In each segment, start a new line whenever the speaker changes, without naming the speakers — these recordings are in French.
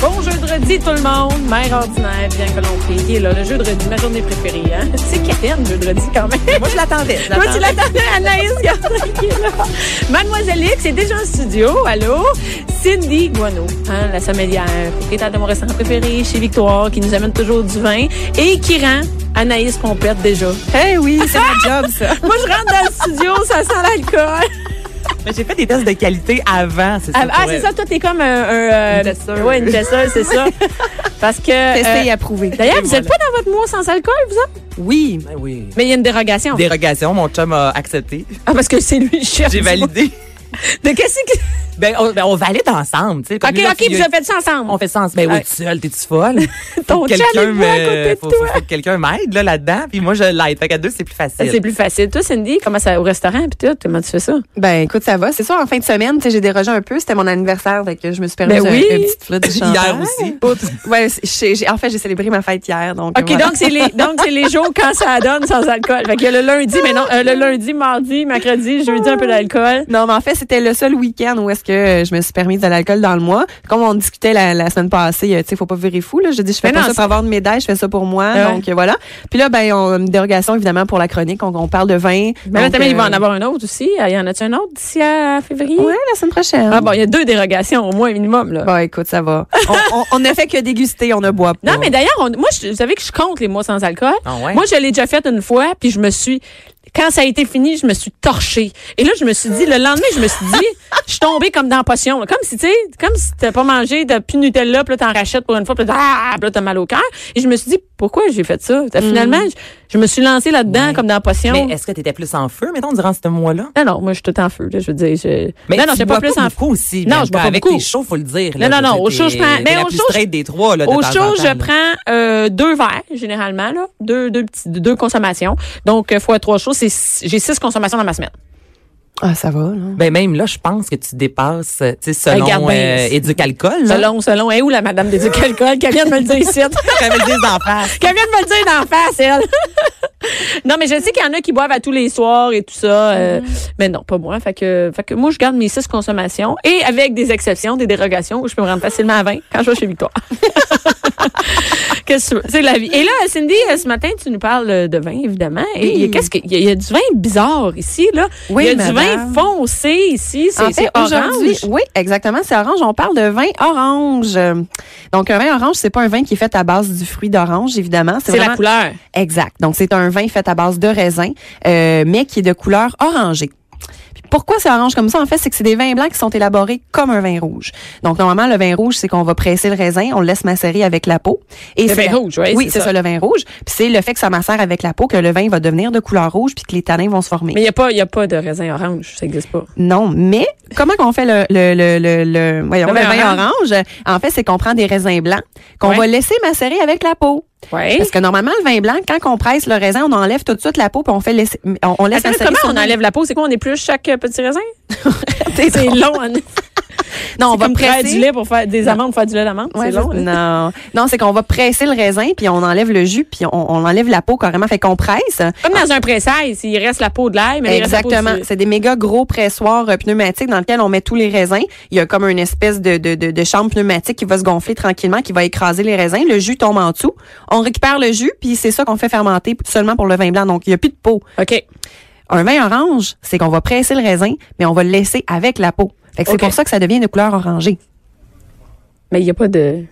Bon jeudi tout le monde, mère ordinaire, bien Colombie, qui est là, le jeudi, ma journée préférée. Hein? C'est Karen, le jeudi quand même.
Moi, je l'attendais. je
Moi, tu
l'attendais.
l'attendais, Anaïs Gardin qui est là. Mademoiselle X est déjà en studio, allô? Cindy Guano, hein, la sommelière, propriétaire de mon restaurant préféré chez Victoire, qui nous amène toujours du vin et qui rend Anaïs complète déjà.
Eh oui, c'est ma job, ça.
Moi, je rentre dans le studio, ça sent l'alcool.
Mais j'ai fait des tests de qualité avant, c'est ça.
Ah, ah, c'est ça, toi, t'es comme un... un, euh,
Une tesseuse.
Ouais, une tesseuse, c'est ça. Parce que...
Testé et
euh,
approuvé.
D'ailleurs,
Et
vous
voilà.
n'êtes pas dans votre mois sans alcool, vous autres?
Oui.
Ben oui.
Mais il y a une dérogation.
Dérogation, mon chum a accepté.
Ah, parce que c'est lui le chef.
J'ai
du monde.
validé.
De qu'est-ce que.
Ben, on, ben, on valide ensemble, tu sais. comme
Ok,
lui, là,
ok,
il
puis
y
je
a-
fais ça ensemble.
On fait ça ensemble. Ben oui,
Ouais.
tout seul, t'es-tu folle?
Ton
Faut que
chum est
quelqu'un
moi à côté de
me- faut, faut-
toi.
faut que quelqu'un m'aide là, là-dedans, puis moi, je l'aide. Fait qu'à deux, c'est plus
Ça,
facile.
C'est plus facile. Toi, Cindy, comment ça, au restaurant, puis tout, comment tu fais ça?
Ben écoute, ça va. C'est sûr, en fin de semaine, tu sais, j'ai dérogé un peu. C'était mon anniversaire, donc je me suis permis
Ben oui.
une petite flûte de champagne.
Hier aussi.
Ouais, c'est- j'ai- j'ai- en fait, j'ai célébré ma fête hier, donc.
OK, donc c'est les, donc c'est les jours quand ça donne sans alcool. Fait qu'il y a le lundi, mais non, euh, le lundi, mardi, mercredi, jeudi, un peu d'alcool.
Non, mais en fait, c'était le seul week-end où est-ce que euh, je me suis permis de l'alcool dans le mois. Comme on discutait la, la semaine passée, euh, tu sais, faut pas virer fou. Là. Je dis, je fais
Mais
pas
non,
ça
c'est-
pour avoir une médaille, je fais ça pour moi.
Ah ouais.
Donc euh, voilà. Puis là, ben, on, une dérogation évidemment pour la chronique. On, on parle de vin.
Mais
Donc,
maintenant, il va
euh,
en avoir un autre aussi. Il y en a-tu un autre d'ici à février?
Ouais, la semaine prochaine.
Ah bon, il y a deux dérogations, au moins minimum, là.
Bon, écoute, ça va. on, on- on ne fait que déguster, on ne boit pas.
Non, mais d'ailleurs, on- moi, je- vous savez que je compte les mois sans alcool.
Ah ouais?
Moi, je l'ai déjà fait une fois, puis je me suis... Quand ça a été fini, je me suis torchée. Et là, je me suis dit, le lendemain, je me suis dit, je suis tombée comme dans la potion. là. Comme si, tu sais, comme si t'as pas mangé de plus Nutella, puis là, t'en rachètes pour une fois, puis là, ah, puis là, t'as mal au cœur. Et je me suis dit, pourquoi j'ai fait ça? Finalement, je, je me suis lancée là-dedans comme dans la potion.
Mm. Mais est-ce que t'étais plus en feu, mettons, durant ce mois-là?
Non, non, moi, je suis tout en feu, là, je veux dire. Je...
Mais
non, non,
tu
j'ai
bois
pas plus en feu.
beaucoup
Non,
aussi. Bianca.
je bois pas
Avec
beaucoup.
les shows, faut le dire.
Non,
là.
non, non,
T'es-
au show, je
t'es-
prends-
t'es
mais
la
au
plus
show, je-
straight des trois, là, de
Au
temps en
show,
temps,
je
là.
prends euh, deux verres, généralement, là. Deux, deux, petits, deux consommations. Donc, euh, fois trois shows, c'est six- j'ai six consommations dans ma semaine.
Ah, ça va. Là.
Ben même là, je pense que tu dépasses, euh, tu sais, selon
Regarde bien,
euh,
c'est-
Éducalcool. là.
Selon, selon, et où la madame des alcool? Qu'elle vient de me le dire ici.
Quand elle dit en face.
Qu'elle vient de me le dire d'en face, elle. non, mais je sais qu'il y en a qui boivent à tous les soirs et tout ça. euh, Mais non, pas moi. Fait que, fait que moi, je garde mes six consommations et avec des exceptions, des dérogations où je peux me rendre facilement à 20 quand je vais chez Victoire. Qu'est-ce que tu veux? C'est la vie. Et là, Cindy, euh, ce matin, tu nous parles euh, de vin, évidemment. Et il y a- qu'est-ce que- il y, a- il y a du vin bizarre ici, là.
Oui,
il y a du vin
madame.
foncé ici. C'est
En fait,
c'est orange.
aujourd'hui- Oui, exactement, c'est orange. On parle de vin orange. Euh, Donc, un vin orange, c'est pas un vin qui est fait à base du fruit d'orange, évidemment.
C'est
vraiment-
la couleur.
Exact. Donc, c'est un vin fait à base de raisin, euh, mais qui est de couleur orangée. Puis Pourquoi c'est orange comme ça? En fait, c'est que c'est des vins blancs qui sont élaborés comme un vin rouge. Donc, normalement, le vin rouge, c'est qu'on va presser le raisin, on le laisse macérer avec la peau. Et
Le
c'est-
vin rouge, oui,
Oui,
c'est
c'est
ça.
ça. le vin rouge. Puis c'est le fait que ça macère avec la peau que le vin va devenir de couleur rouge puis que les tanins vont se former.
Mais il n'y a, pas- il y a pas de raisin orange. Ça n'existe pas.
Non, mais comment qu'on fait le, le, le, le, le- voyons,
Le
le
vin
vin, orange? En fait, c'est qu'on prend des raisins blancs qu'on
Ouais.
va laisser macérer avec la peau.
Ouais.
Parce que normalement, le vin blanc, quand on presse le raisin, on enlève tout de suite la peau puis on fait laisser, on, on laisse
Attends,
macérer.
comment
sur
on
le-
enlève la peau? C'est quoi? On épluche chaque euh, petit raisin? C'est long. On,
Non, on
c'est
va
comme faire du
presser.
lait pour faire des amandes, pour faire du lait d'amande.
Ouais,
c'est long.
c'est-
hein?
non, non, c'est qu'on va presser le raisin puis on enlève le jus puis on, on enlève la peau carrément. Fait qu'on presse.
Comme dans un pressail, il reste la peau de l'ail, mais il
Exactement.
reste la peau
C'est des méga gros pressoirs euh, pneumatiques dans lesquels on met tous les raisins. Il y a comme une espèce de, de, de, de chambre pneumatique qui va se gonfler tranquillement, qui va écraser les raisins. Le jus tombe en dessous. On récupère le jus, puis c'est ça qu'on fait fermenter seulement pour le vin blanc. Donc, il n'y a plus de peau.
du- OK.
Un vin orange, c'est qu'on va presser le raisin, mais on va le laisser avec la peau. Fait que
OK.
C'est pour ça que ça devient de couleur orangée.
Mais il n'y a pas de...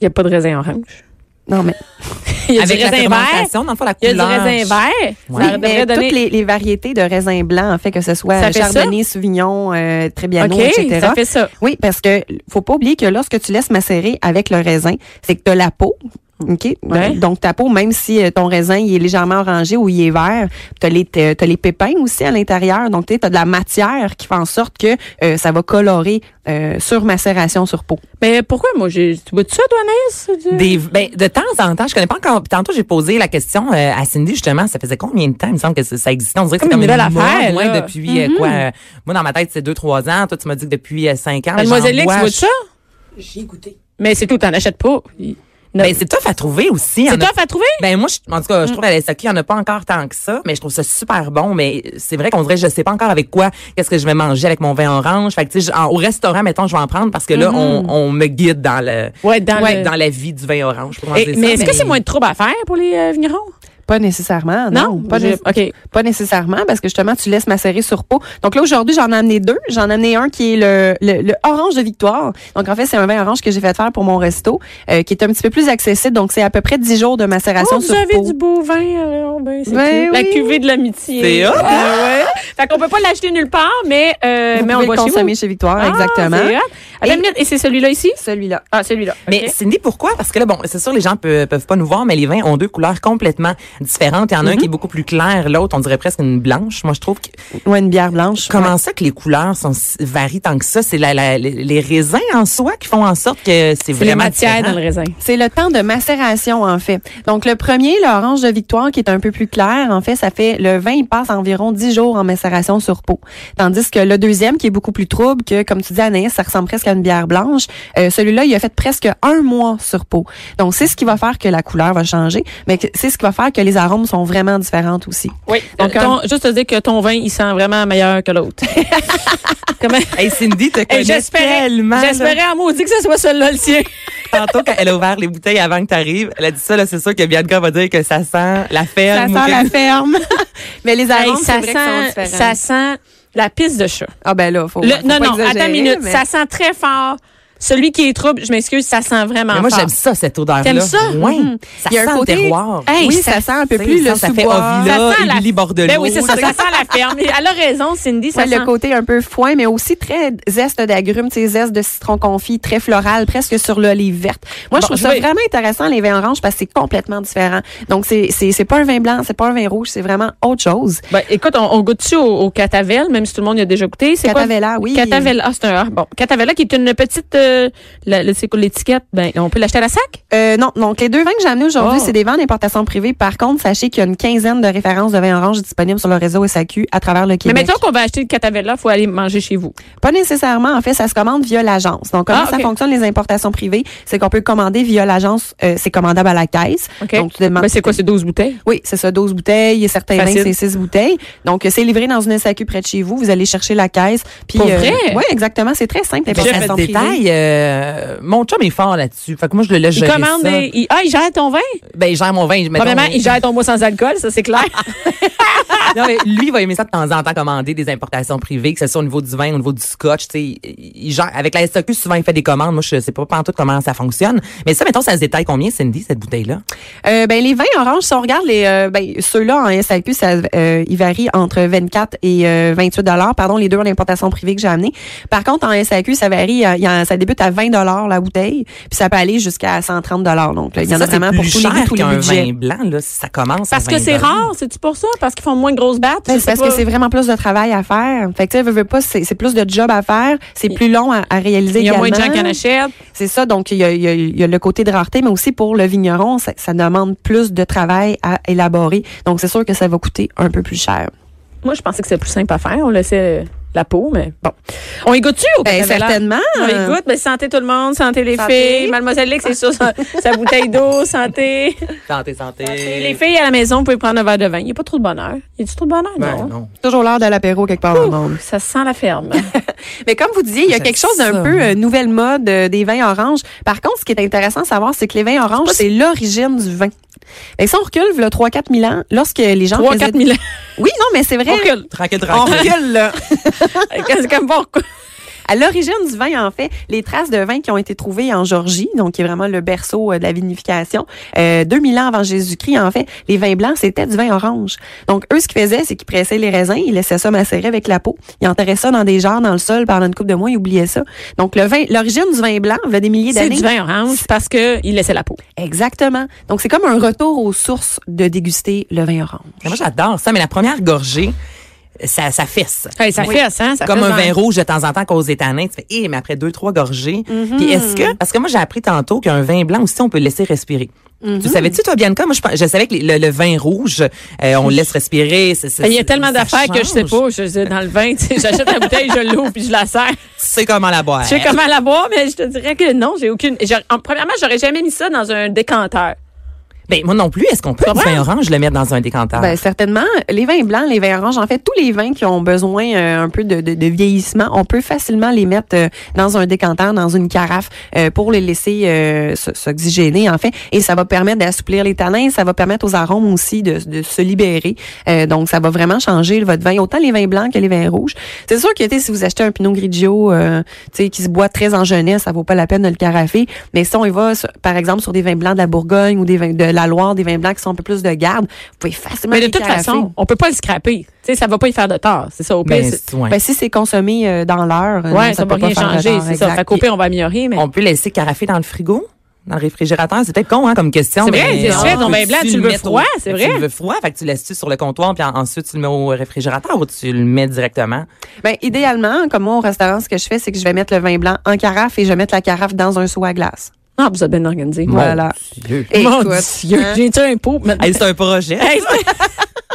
Il n'y a pas de raisin orange.
Non, mais,
Il y a
Avec
du
la
raisin vert.
fermentation, dans le fond, la
Il y a
couleur.
du raisin vert.
Ouais.
Ça
Oui, mais
devrait donner...
toutes les, les variétés de raisins blancs, en fait, que ce soit
Ça fait
chardonnay, sauvignon, euh, Trebbiano,
OK,
etc.
ça fait ça.
Oui, parce que faut pas oublier que lorsque tu laisses macérer avec le raisin, c'est que tu la peau OK? Donc,
Ouais.
Donc, ta peau, même si euh, ton raisin il est légèrement orangé ou il est vert, tu as, les pépins aussi à l'intérieur. Donc, tu as de la matière qui fait en sorte que euh, ça va colorer euh, sur macération sur peau.
Mais pourquoi, moi, j'ai, tu vois de ça, toi, Anaïs? Tu-
Des, ben, de temps en temps, je connais pas encore. Tantôt, j'ai posé la question euh, à Cindy, justement, ça faisait combien de temps, il me semble que ça, ça existait. On dirait que
Comme
c'est
une
comme une
nouvelle
mode,
affaire,
moins
là. Mm-hmm.
depuis euh, quoi? euh, moi, dans ma tête, c'est deux, trois ans. Toi, tu m'as dit que depuis euh, cinq ans. mais
Mademoiselle
j'en
X,
bois,
tu vois de
je-
ça? Mais c'est tout, t'en achètes pas. Il- Non.
Ben, c'est tough à trouver aussi. Il y en
c'est
a-
tough à trouver?
Ben moi, je, en tout cas, je
Mm.
trouve à la SAQ, il n'y en a pas encore tant que ça, mais je trouve ça super bon. Mais c'est vrai qu'on dirait, je sais pas encore avec quoi, qu'est-ce que je vais manger avec mon vin orange. Fait que, tu sais, je- en- au restaurant, mettons, je vais en prendre parce que là, on, on me guide dans le,
Ouais, Mm-hmm. dans le-
dans la vie du vin orange. pour
Et-
dire ça,
mais est-ce que c'est moins de troubles à faire pour les euh, vignerons?
Pas nécessairement, Ah non. pas,
j'ai-
né-
OK.
pas nécessairement, parce que justement, tu laisses macérer sur peau. Donc là, aujourd'hui, j'en ai amené deux. J'en ai amené un qui est le, le, le orange de Victoire. Donc en fait, c'est un vin orange que j'ai fait faire pour mon resto, euh, qui est un petit peu plus accessible. Donc c'est à peu près 10 jours de macération
Oh, vous
sur
avez
peau.
du beau vin, euh, oh, ben, c'est
Ben
cute. La
oui.
cuvée de l'amitié.
C'est hot, hein?
Ah ouais. Fait qu'on peut pas l'acheter nulle part, mais, euh,
Vous
mais on
pouvez
va
le
chez
consommer
vous.
chez Victoire,
Ah,
exactement.
c'est hot. Attends une minute, Et c'est celui-là ici?
Celui-là.
Ah, celui-là.
Mais
OK.
Cindy, pourquoi? Parce que là, bon, c'est sûr, les gens peuvent, peuvent pas nous voir, mais les vins ont deux couleurs complètement différentes. Il y en a
Mm-hmm.
un qui est beaucoup plus clair, l'autre, on dirait presque une blanche. Moi, je trouve que,
Ouais, une bière blanche.
comment ça que les couleurs sont, si- varient tant que ça? C'est la, la- les- les raisins en soi qui font en sorte que c'est
C'est les
vraiment
matières
différent.
dans le raisin.
C'est le temps de macération, en fait. Donc, le premier, l'orange de victoire, qui est un peu plus clair, en fait, ça fait, le vin, il passe environ 10 jours en macération sur peau. Tandis que le deuxième, qui est beaucoup plus trouble, que, comme tu dis, Anaïs, ça ressemble presque à une bière blanche, euh, celui-là, il a fait presque un mois sur peau. Donc, c'est ce qui va faire que la couleur va changer, mais que- c'est ce qui va faire que les arômes sont vraiment différentes aussi.
Oui.
Donc,
ton, juste te dire que ton vin, il sent vraiment meilleur que l'autre. Comment?
Hey, Cindy, te
Hey,
connais
j'espérais,
tellement. là.
j'espérais en maudit que ce soit celui-là le tien.
Tantôt, quand elle a ouvert les bouteilles avant que tu arrives, elle a dit ça, là, c'est sûr que Bianca va dire que ça sent la
Ça
ferme.
sent la ferme. mais les
Hey,
arômes, c'est
ça,
vrai qu'ils sont
sent, ça
différents.
sent la piste de chat.
Ah, ben là, faut,
Le-
faut
non,
pas
non, attends
exagérer,
une minute.
mais-
Ça sent très fort. Celui qui est trouble, je m'excuse, ça sent vraiment
Mais moi,
fort.
j'aime ça, cette odeur-là.
T'aimes ça?
Oui.
Mhm.
Ça
Il y a un
sent le
côté-
terroir.
Hey,
oui,
ça sent un peu
tu
plus
sais,
le
ça fait
sous-bois.
Ovila.
Ça
Là,
sent la-
Émilie Bordelot.
Ben oui, c'est ça, ça sent la ferme. Elle a raison, Cindy, ça
Ouais,
sent.
le côté un peu foin, mais aussi très zeste d'agrumes, tu sais, zeste de citron confit, très floral, presque sur l'olive verte.
Bon,
Moi, je trouve
je
ça
vais-
vraiment intéressant, les vins oranges, parce que c'est complètement différent. Donc, c'est, c'est, c'est pas un vin blanc, c'est pas un vin rouge, c'est vraiment autre chose.
Ben, écoute, on, on goûte-tu au, au Catavel, même si tout le monde y a déjà goûté? C'est quoi?
Catavella, oui.
Catavella, ah, c'est un. ah, Bon, Catavella qui est une petite. euh, la- le- c'est quoi l'étiquette? Ben, on peut l'acheter à la sac?
Euh, non, donc les deux vins que j'ai amenés aujourd'hui,
Oh.
c'est des vins d'importation privée. Par contre, sachez qu'il y a une quinzaine de références de vins oranges disponibles sur le réseau SAQ à travers le
Mais
Québec.
mettons qu'on va acheter le Catavella, faut aller manger chez vous.
Pas nécessairement. En fait, ça se commande via l'agence. Donc, comment
Ah, ok.
ça fonctionne les importations privées? C'est qu'on peut commander via l'agence. euh, c'est commandable à la caisse.
OK.
Donc, tu demandes.
Ben, c'est quoi, c'est 12 bouteilles?
Oui, c'est ça, 12 bouteilles. Et certains vins,
Facile.
c'est 6 bouteilles. Donc, euh, c'est livré dans une SAQ près de chez vous. Vous allez chercher la caisse. Puis,
Pour vrai?
Oui, exactement. C'est très simple.
J'ai fait
l'importation
de
privée.
détail. euh, mon chum est fort là-dessus. Fait que moi, je le laisse
Il
gérer
commande
ça.
des. il- ah, il gère ton vin?
Ben, il gère mon vin. mettons.
Premièrement, il gère ton bois sans alcool, ça, c'est clair.
non, mais lui, il va aimer ça de temps en temps commander des importations privées, que ce soit au niveau du vin, au niveau du scotch. tu sais, Il, il gère- avec la SAQ, souvent, il fait des commandes. Moi, je sais pas pantoute comment ça fonctionne. Mais ça, mettons, ça se détaille combien, Cindy, cette bouteille-là?
Euh, ben, les vins oranges, si on regarde les, euh, ben, ceux-là en SAQ, ça, euh, ils varient entre 24 et euh, 28 dollars. Pardon, les deux en importation privée que j'ai amené. Par contre, en SAQ, ça varie, euh, il y en- ça débute à 20 dollars la bouteille, puis ça peut aller jusqu'à 130 dollars. Donc, là, il y en
Ça,
a
c'est
vraiment pour
plus
tous les goûts,
cher
tous les
qu'un
budgets.
vin blanc, là, si ça commence. à
Parce que
20
c'est rare, c'est-tu pour ça? Parce qu'ils font moins de grosses battes?
Ben,
Je
c'est
sais
parce
pas.
que c'est vraiment plus de travail à faire. Fait que tu sais, veux, veux pas, c'est c'est plus de job à faire, c'est plus long à, à réaliser.
Il y a moins de gens
également.
qui en achètent.
C'est ça, donc il y, a, il y a- il y a le côté de rareté, mais aussi pour le vigneron, ça, ça demande plus de travail à élaborer. Donc c'est sûr que ça va coûter un peu plus cher.
Moi, je pensais que c'était plus simple à faire. On laissait la peau, mais bon. On y goûte-tu au
Ben,
Catavella?
certainement.
On y goûte. Ben, santé tout le monde, santé les
Santé.
filles. Mademoiselle Lick, c'est sûr, sa, sa bouteille d'eau, santé.
Santé, santé.
Ah,
Et les filles à la maison, vous pouvez prendre un verre de vin. Il n'y a pas trop de bonheur. Il y a du trop de bonheur,
Ben,
non?
non.
Toujours l'heure de l'apéro quelque part dans le monde.
Ça sent la ferme.
Mais comme vous disiez, il y a
J'aime
quelque chose
ça.
d'un peu euh, nouvelle mode euh, des vins oranges. Par contre, ce qui est intéressant à savoir, c'est que les vins oranges, c'est l'origine du vin. Et si on recule, le 3-4 000 ans, lorsque les gens
3
faisaient-
4 000 ans.
Oui, non, mais c'est vrai.
On recule.
Tranquille,
On
tranquille.
recule, là.
C'est comme bon.
À l'origine du vin, en fait, les traces de vin qui ont été trouvées en Georgie, donc qui est vraiment le berceau euh, de la vinification, euh, 2000 ans avant Jésus-Christ, en fait, les vins blancs, c'était du vin orange. Donc, eux, ce qu'ils faisaient, c'est qu'ils pressaient les raisins, ils laissaient ça macérer avec la peau, ils enterraient ça dans des jarres dans le sol pendant une coupe de mois, ils oubliaient ça. Donc, le vin, l'origine du vin blanc, il y a des milliers
C'est
d'années.
du vin orange parce qu'il laissait la peau.
Exactement. Donc, c'est comme un retour aux sources de déguster le vin orange.
Mais Moi, j'adore ça, mais la première gorgée, ça, ça fesse.
Hey, ça
Oui.
fesse, hein? Ça
comme
fesse
un
dans-
vin rouge de temps en temps à cause des tanins. Tu fais, eh, mais après deux, trois gorgées.
Mhm.
Puis est-ce que, parce que moi, j'ai appris tantôt qu'un vin blanc aussi, on peut le laisser respirer.
Mhm.
Tu savais-tu, toi, Bianca? Moi, je, pens- je savais que le, le vin rouge, euh, on le laisse respirer. c'est- c'est-
Ben, Il y a tellement
ça
d'affaires que je sais
change.
pas. Je sais, dans le vin, tu sais, j'achète la bouteille, je l'ouvre puis je la serre.
Tu sais comment la boire.
Je
Ben,
sais comment la boire, mais je te dirais que non, j'ai aucune. j'aurais- en- premièrement, j'aurais jamais mis ça dans un décanteur.
Ben, moi non plus. Est-ce qu'on peut
Pas
du
vrai?
vin orange le mettre dans un décanteur?
Ben, certainement. Les vins blancs, les vins oranges, en fait, tous les vins qui ont besoin euh, un peu de, de- de vieillissement, on peut facilement les mettre euh, dans un décanteur, dans une carafe, euh, pour les laisser euh, s- s'oxygéner, en fait. Et ça va permettre d'assouplir les tanins, ça va permettre aux arômes aussi de, de se libérer. Euh, donc, ça va vraiment changer votre vin, autant les vins blancs que les vins rouges. C'est sûr que, tu sais, si vous achetez un Pinot Grigio euh, tu sais, qui se boit très en jeunesse, ça vaut pas la peine de le carafer. Mais si on y va, sur- par exemple, sur des vins blancs de la Bourgogne ou des vins de la Loire, des vins blancs qui sont un peu plus de garde, vous pouvez facilement
Mais de
les
toute
carafer.
façon, on peut pas le scraper. Tu sais, ça va pas y faire de tort. C'est ça, au pire.
Ben,
c'est-
ouais.
Ben, si c'est consommé euh, dans l'heure, euh,
ouais,
non,
ça,
peut
va rien
pas faire de
changer.
tort,
C'est ça.
exact.
Fait qu'au pire, on va améliorer, mais.
On peut laisser carafer dans le frigo? Dans le réfrigérateur, c'est peut-être con hein, comme question.
C'est vrai,
mais-
c'est vrai, ton vin blanc, tu le veux
mettre au-
froid, c'est vrai.
Tu le veux froid, fait que tu le laisses sur le comptoir, puis en- ensuite tu le mets au réfrigérateur ou tu le mets directement.
Ben, idéalement, comme moi au restaurant, ce que je fais, c'est que je vais mettre le vin blanc en carafe et je vais mettre la carafe dans un seau à glace.
Ah, vous êtes bien organisé.
Mon
Voilà.
Dieu.
Et
Mon
écoute,
Dieu,
hein.
j'ai tué un pot. maintenant.
Hey, c'est un projet.
Hey,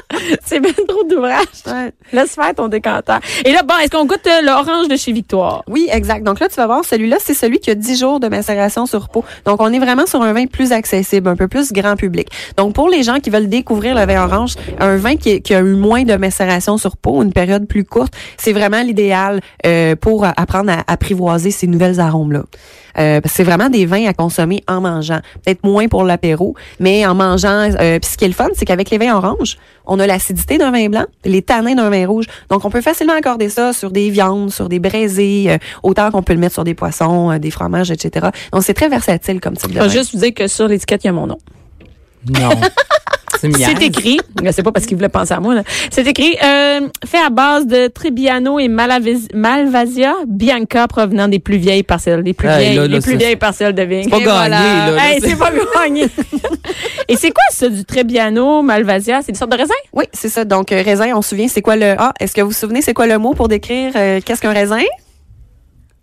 c'est- c'est bien trop d'ouvrage.
Ouais.
Laisse faire ton décanteur. Et là, bon, est-ce qu'on goûte euh, l'orange de chez Victoire?
Oui, exact. Donc là, tu vas voir, celui-là, c'est celui qui a 10 jours de macération sur peau. Donc, on est vraiment sur un vin plus accessible, un peu plus grand public. Donc, pour les gens qui veulent découvrir le vin orange, un vin qui, qui a eu moins de macération sur peau, une période plus courte, c'est vraiment l'idéal euh, pour euh, apprendre à apprivoiser ces nouvelles arômes-là. Euh, parce que c'est vraiment des vins à consommer en mangeant. Peut-être moins pour l'apéro, mais en mangeant. euh, Puis ce qui est le fun, c'est qu'avec les vins oranges, on a l'acidité d'un vin blanc, les tanins d'un vin rouge. Donc on peut facilement accorder ça sur des viandes, sur des braisés, euh, autant qu'on peut le mettre sur des poissons, euh, des fromages, etc. Donc c'est très versatile comme type de
Je vais
vin.
Ah, juste vous dire que sur l'étiquette, il y a mon nom.
Non. C'est mignon.
C'est écrit. Je sais pas parce qu'il voulait penser à moi. là. C'est écrit euh, fait à base de Trebbiano et Malavis- Malvasia, Bianca provenant des plus vieilles parcelles, des plus
Hey,
vieilles,
là, là,
les plus
ça,
vieilles parcelles de vigne.
pas
Et
gagné, là, là,
Hey,
c'est-
c'est pas gagné. et c'est quoi ça du Trebbiano, Malvasia C'est une sorte de raisin
Oui, c'est ça. Donc euh, raisin, on se souvient, c'est quoi le Ah, est-ce que vous vous souvenez, c'est quoi le mot pour décrire euh, qu'est-ce qu'un raisin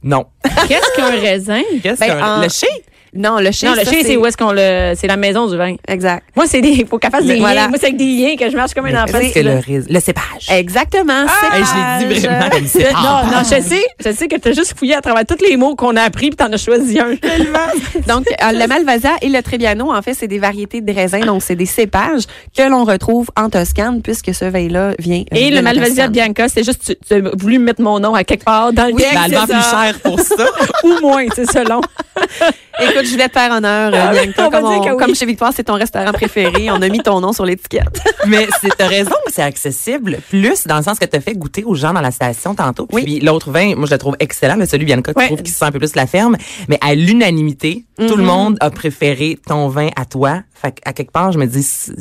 Non.
Qu'est-ce qu'un raisin
Qu'est-ce
Ben,
qu'un-
en-
Le chien?
Non, le chien.
Non, le
ça,
chien, c'est où est-ce qu'on le c'est la maison du vin.
Exact.
Moi, c'est des faut qu'elle fasse des
Voilà.
liens. Moi, c'est avec des liens que je marche comme un enfant.
Parce que le, rais- le cépage.
Exactement.
Ah,
Hey,
cépage.
je l'ai dit vraiment comme
Euh,
cépage.
Non, non, je sais, je sais que t'as juste fouillé à travers tous les mots qu'on a appris puis t'en as choisi un.
Donc, euh, le Malvasia et le Trebbiano, en fait, c'est des variétés de raisins, donc c'est des cépages que l'on retrouve en Toscane, puisque ce vin-là vient. euh,
Et
de
le
la
Malvasia
Toscane.
Bianca, c'est juste, tu, tu as voulu mettre mon nom à quelque part dans le
Ben,
texte,
elle vend
c'est
plus
ça.
cher pour ça.
Ou moins, c'est selon.
Écoute, je voulais te faire honneur, euh,
Ah oui,
Bianca,
on va
comme,
dire
on-
que oui.
comme chez Victoire, c'est ton restaurant préféré. On a mis ton nom sur l'étiquette.
Mais c'est t'as raison que c'est accessible plus dans le sens que tu fait goûter aux gens dans la station tantôt. Puis l'autre vin, moi je le trouve excellent, le celui Bianca,
Ouais.
je trouve qu'il sent un peu plus la ferme, mais à l'unanimité, tout le monde a préféré ton vin à toi. Fait à quelque part, je me dis c'est-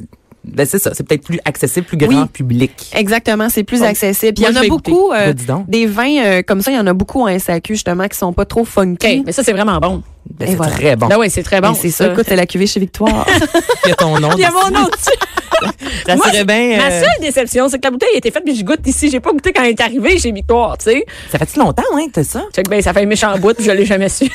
ben c'est ça, c'est peut-être plus accessible, plus grand
Oui.
public.
Exactement, c'est plus
Donc,
accessible. Puis
moi,
il y
je
en a
vais goûter.
beaucoup, euh,
Ben, dis donc.
des vins euh, comme ça, il y en a beaucoup en SAQ, justement, qui sont pas trop funky.
OK, mais ça, c'est vraiment bon.
Ben,
Et
c'est
voilà.
très bon.
Là, oui, c'est très bon.
Mais c'est ça, écoute, c'est la cuvée chez Victoire.
Il y a ton nom.
Il y a mon nom dessus.
Ça
Moi,
serait bien.
Ma
euh,
seule déception, c'est que la bouteille a été faite, puis je goûte ici. J'ai pas goûté quand elle est arrivée chez Victoire, tu sais.
Ça fait-tu longtemps, hein, que t'as ça?
Check, ben, ça fait un méchant bout, puis je l'ai jamais su.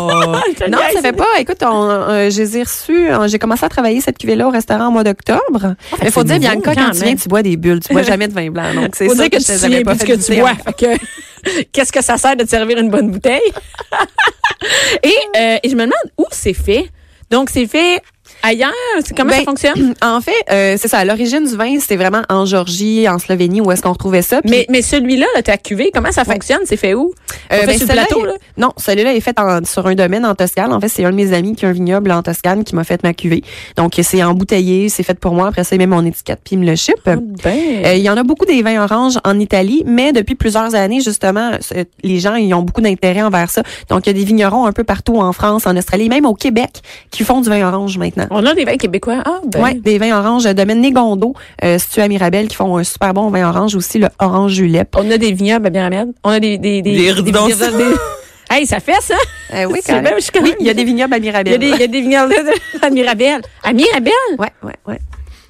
Oh.
Je te
Non,
niaise.
ça fait pas. Écoute, on, euh, je les ai reçus. euh, J'ai commencé à travailler cette cuvée-là au restaurant au mois d'octobre. Mais faut
c'est
dire,
nouveau,
Bianca,
quand
quand tu viens,
même.
tu bois des bulles. Tu bois jamais de vin blanc. Donc, c'est
Faut
ça
dire que tu
je
te
te
souviens
l'avais pas
plus ce
fait
que tu
goûter
bois.
encore.
Fait que, Qu'est-ce que ça sert de te servir une bonne bouteille? et, euh, et je me demande où c'est fait. Donc, c'est fait ailleurs? C'est- Comment ça
Ben,
fonctionne?
En fait, euh, c'est ça. À l'origine du vin, c'était vraiment en Georgie, en Slovénie, où est-ce qu'on retrouvait ça. Puis,
Mais, mais celui-là, là, ta cuvée, comment ça fonctionne? C'est fait où?
euh,
On fait
ben,
sur le
celui-là,
plateau,
il-
là?
Non, celui-là est fait en- sur un domaine en Toscane. En fait, c'est un de mes amis qui a un vignoble en Toscane qui m'a fait ma cuvée. Donc, c'est embouteillé, c'est fait pour moi. Après ça, il met mon étiquette puis il me le ship.
Ben.
Euh, il y en a beaucoup des vins oranges en Italie, mais depuis plusieurs années, justement, c'est- les gens ils ont beaucoup d'intérêt envers ça. Donc, il y a des vignerons un peu partout en France, en Australie, même au Québec, qui font du vin orange maintenant.
on a des vins québécois. Ah, ben.
Ouais, des vins oranges, euh, domaine Négondo, euh, situé à Mirabel, qui font un super bon vin orange aussi, le orange julep.
On a des vignobles à Biramède. On a des. Des,
Des ridons.
des- Hey, ça fait ça!
Euh, oui,
C'est
quand même.
même- je suis quand
Oui,
même-
il y a des vignobles à
Il y a
Mirabel.
des, il y a des vignobles à Mirabel. À Mirabel?
Ouais, ouais, ouais.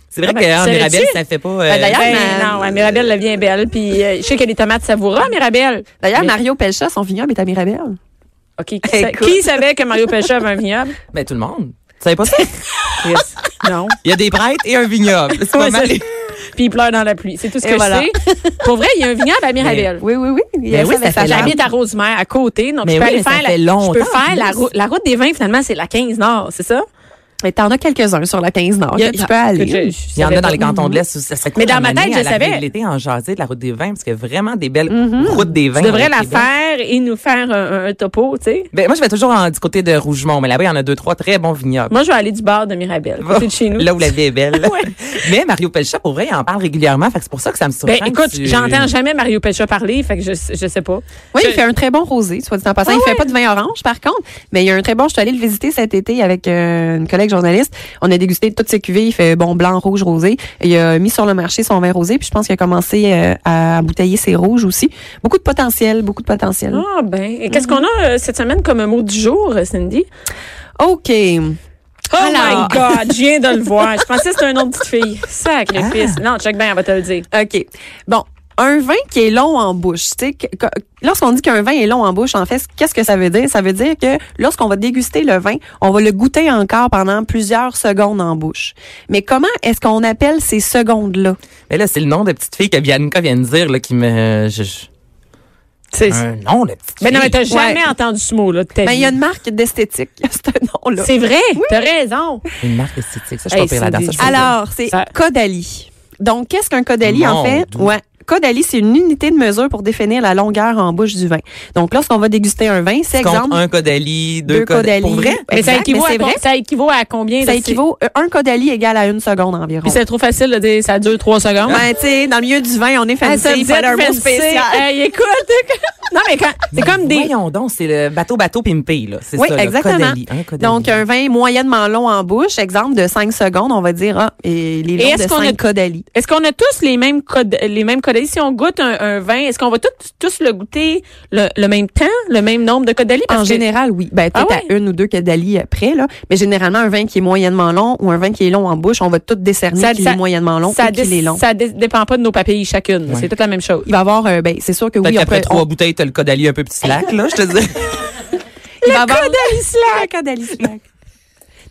C'est vrai
Ah, ben,
qu'en
savais-tu?
Mirabel, ça fait pas. euh,
Ben, d'ailleurs,
Ben,
ma-
non, à Mirabel, la vie est belle. Puis euh, je sais qu'il y a des tomates savoura à Mirabel.
D'ailleurs,
Mais-
Mario Pelcha, son vignoble est à Mirabel.
OK, qui, sa-
Écoute.
qui savait que Mario Pécha avait un vignoble?
ben, tout le monde. Tu savais pas ça?
Non.
Il y a des prêtres et un vignoble. C'est pas
Ouais,
mal.
ça- Puis il pleure dans la pluie. C'est tout ce
Et
que
voilà.
je sais. Pour vrai, il y a un vignoble à Mirabel. Ah,
Oui, oui, oui. Il y
Ben
a
oui,
avec
ça
sa
fait
jambe.
J'habite à Rosemère, à côté. Donc,
Mais
je peux
oui,
aller
mais ça
faire, la,
fait
je
longtemps,
peux faire la,
plus.
route- la route des vins, finalement, c'est la 15 Nord, c'est ça?
Mais t'en as quelques-uns sur la 15 Nord.
Il y a-
que tu peux
que
aller.
je- je
Il y en
savais
a dans
pas.
les cantons de l'Est. Ça serait cool
Mais dans ma tête,
d'amener
je
à l'arrivée
savais. Mm-hmm.
de l'été en jaser de la route des vins, parce qu'il y a vraiment des belles routes des vins.
Tu devrais
avec
la
des belles-
faire et nous faire un, un- un topo, tu sais.
Ben, moi, je vais toujours en- du côté de Rougemont, mais là-bas, il y en a deux, trois très bons vignobles.
Moi, je vais aller du bar de Mirabel. C'est de chez nous.
Là où la vie est belle.
Ouais.
Mais Mario Pelcha, pour vrai, il en parle régulièrement. Fait que c'est pour ça que ça me surprend.
Ben, écoute,
que tu-
j'entends jamais Mario Pécha parler, fait que je, je sais pas.
Oui,
Je-
il fait un très bon rosé, soit dit en passant.
Ah
il fait
ouais?
pas de vin orange, par contre, mais il y a un très bon. Je suis allée le visiter cet été avec euh, une collègue journaliste. On a dégusté toutes ses cuvées. Il fait bon blanc, rouge, rosé. Il a mis sur le marché son vin rosé, puis je pense qu'il a commencé euh, à bouteiller ses rouges aussi. Beaucoup de potentiel, beaucoup de potentiel.
Ah, ben. Et qu'est-ce qu'on a euh, cette semaine comme mot du jour, euh, Cindy?
OK.
Ah. Oh
Alors.
my God, je viens de le voir. Je pensais que c'était un nom de petite fille. Sacrifice. Non, check bien, elle va te le dire.
OK. Bon. Un vin qui est long en bouche. tu sais, que- que- Lorsqu'on dit qu'un vin est long en bouche, en fait, qu'est-ce que ça veut dire? Ça veut dire que lorsqu'on va déguster le vin, on va le goûter encore pendant plusieurs secondes en bouche. Mais comment est-ce qu'on appelle ces secondes-là?
Mais là, c'est le nom de petite fille que Bianca vient de dire, là, qui me. je- je-
C'est-
Un nom de petite fille.
Mais Ben non, mais t'as jamais
Ouais.
entendu ce mot-là de ta
Ben, il
vie.
y a une marque d'esthétique, ce nom-là.
C'est vrai, t'as raison.
Une marque esthétique. Ça, je suis
Hey,
pas pire là-dedans. Ça, je suis pas pire.
Alors, c'est
Ça-
Caudalie. Donc, qu'est-ce qu'un Caudalie, en
Mon
fait?
Dieu.
Ouais. Caudalie, c'est une unité de mesure pour définir la longueur en bouche du vin. Donc, lorsqu'on va déguster un vin, c'est
Tu comptes
exemple.
un Caudalie, deux
deux
Caudalie.
Caudalie.
Pour vrai?
Mais
Exact,
ça équivaut,
mais
à,
c'est vrai.
com- ça équivaut à combien?
Ça
là,
équivaut euh, un caudalie égale à une seconde environ.
c'est- Puis c'est trop facile de dire ça dure trois secondes.
Ben, tu sais, dans le milieu du vin, on est
Ah,
fancy,
ça me
il
dit
fallait un mot
fancy.
spécial.
Hey, écoute, non, mais quand, c'est comme des,
Ben, Voyons donc, c'est le bateau-bateau pimpé, là. C'est
Oui,
ça, là,
exactement.
Caudalie, un Caudalie.
Donc, un vin moyennement long en bouche, exemple de 5 secondes, on va dire, ah, et il est
Et
long
est-ce
de
qu'on
5
a-
caudalies.
Est-ce qu'on a tous les mêmes codes, les mêmes codalies? Si on goûte un, un vin, est-ce qu'on va tous, tous le goûter le, le même temps, le même nombre de codalies?
En général, oui. Ben, peut-être
Ah ouais?
à une ou deux caudalies après, là. Mais généralement, un vin qui est moyennement long ou un vin qui est long en bouche, on va tout décerner
Ça-
qu'il
ça-
est moyennement long
ça
ou qu'il
dé-
est long.
ça dé- dépend pas de nos papilles chacune. C'est toute la même chose.
Il va y avoir, euh, ben, c'est sûr que
Peut-être
oui, on
qu'après
peut,
trois
on-
bouteilles, t'as le Caudalie un peu petit slack, là, je te dis.
il va y avoir Ah, caudalie slack.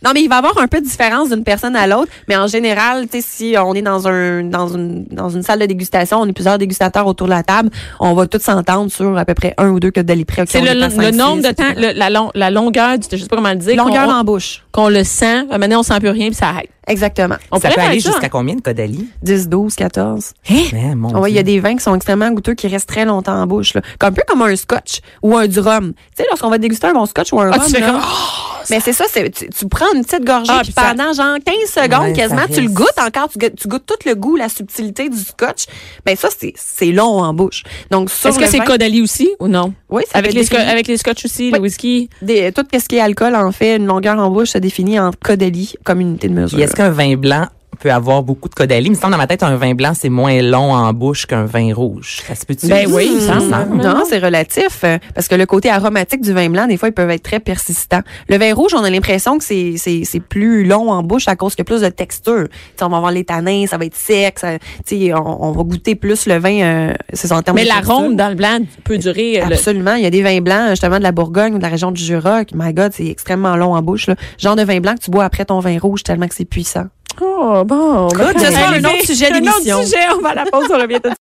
Non, mais il va y avoir un peu de différence d'une personne à l'autre, mais en général, tu sais, si on est dans un dans une dans une salle de dégustation, on est plusieurs dégustateurs autour de la table, on va tous s'entendre sur à peu près un ou deux caudalies près. Ok,
C'est
on
le,
est à
le
cinq, six,
nombre de
etc.
temps, le- la, long- la longueur du, je sais pas comment le dire.
longueur
qu'on,
en bouche.
qu'on le sent. Ah, Maintenant, on sent plus rien puis ça arrête.
Exactement.
On
ça
pourrait
Eh, peut
faire
aller
ça,
jusqu'à
hein.
combien de Caudalie?
10, 12, 14.
Mais mon
Ah ouais, il y a
Dieu.
des vins qui sont extrêmement goûteux qui restent très longtemps en bouche là. Comme- Un peu comme un scotch ou un du rhum. Tu sais lorsqu'on va déguster un bon scotch ou un
Ah,
rhum.
tu fais
là,
comme,
Mais c'est ça, c'est, tu, tu prends une petite gorgée,
Ah,
puis
puis ça-
pendant genre 15 secondes
Ouais,
quasiment,
ça
tu le
reste.
goûtes encore, tu, goûtes- tu goûtes tout le goût, la subtilité du scotch. Ben ça, c'est, c'est long en bouche. Donc, sur
est-ce
le
que c'est
vin-
codali aussi ou non?
Oui, ça
Avec
peut
les,
définir
sco- avec les scotch aussi,
Oui.
le whisky.
des- tout ce qui est alcool, en fait, une longueur en bouche se définit en codélie comme unité de mesure.
Puis est-ce qu'un vin blanc peut avoir beaucoup de Caudalie? Il me semble dans ma tête, un vin blanc, c'est moins long en bouche qu'un vin rouge. Ça se peut-tu?
Ben oui, il me
ça
semble.
semble.
hein. Non, c'est relatif euh, parce que le côté aromatique du vin blanc, des fois, ils peuvent être très persistants. Le vin rouge, on a l'impression que c'est c'est c'est plus long en bouche à cause qu'il y a plus de texture. T'sais, on va avoir les tanins, ça va être sec, ça, t'sais, on, on va goûter plus le vin. euh, c'est ça, en termes
Mais
de texture.
l'arôme dans le blanc peut durer. euh, le-
Absolument, il y a des vins blancs justement de la Bourgogne ou de la région du Jura. qui, My God, c'est extrêmement long en bouche. Là. Genre de vin blanc que tu bois après ton vin rouge tellement que c'est puissant.
Oh, bon. ben,
Écoute, ce
on va
sera un
arriver.
autre sujet
Un autre
d'émission.
sujet, on va à la pause, on revient tout de suite.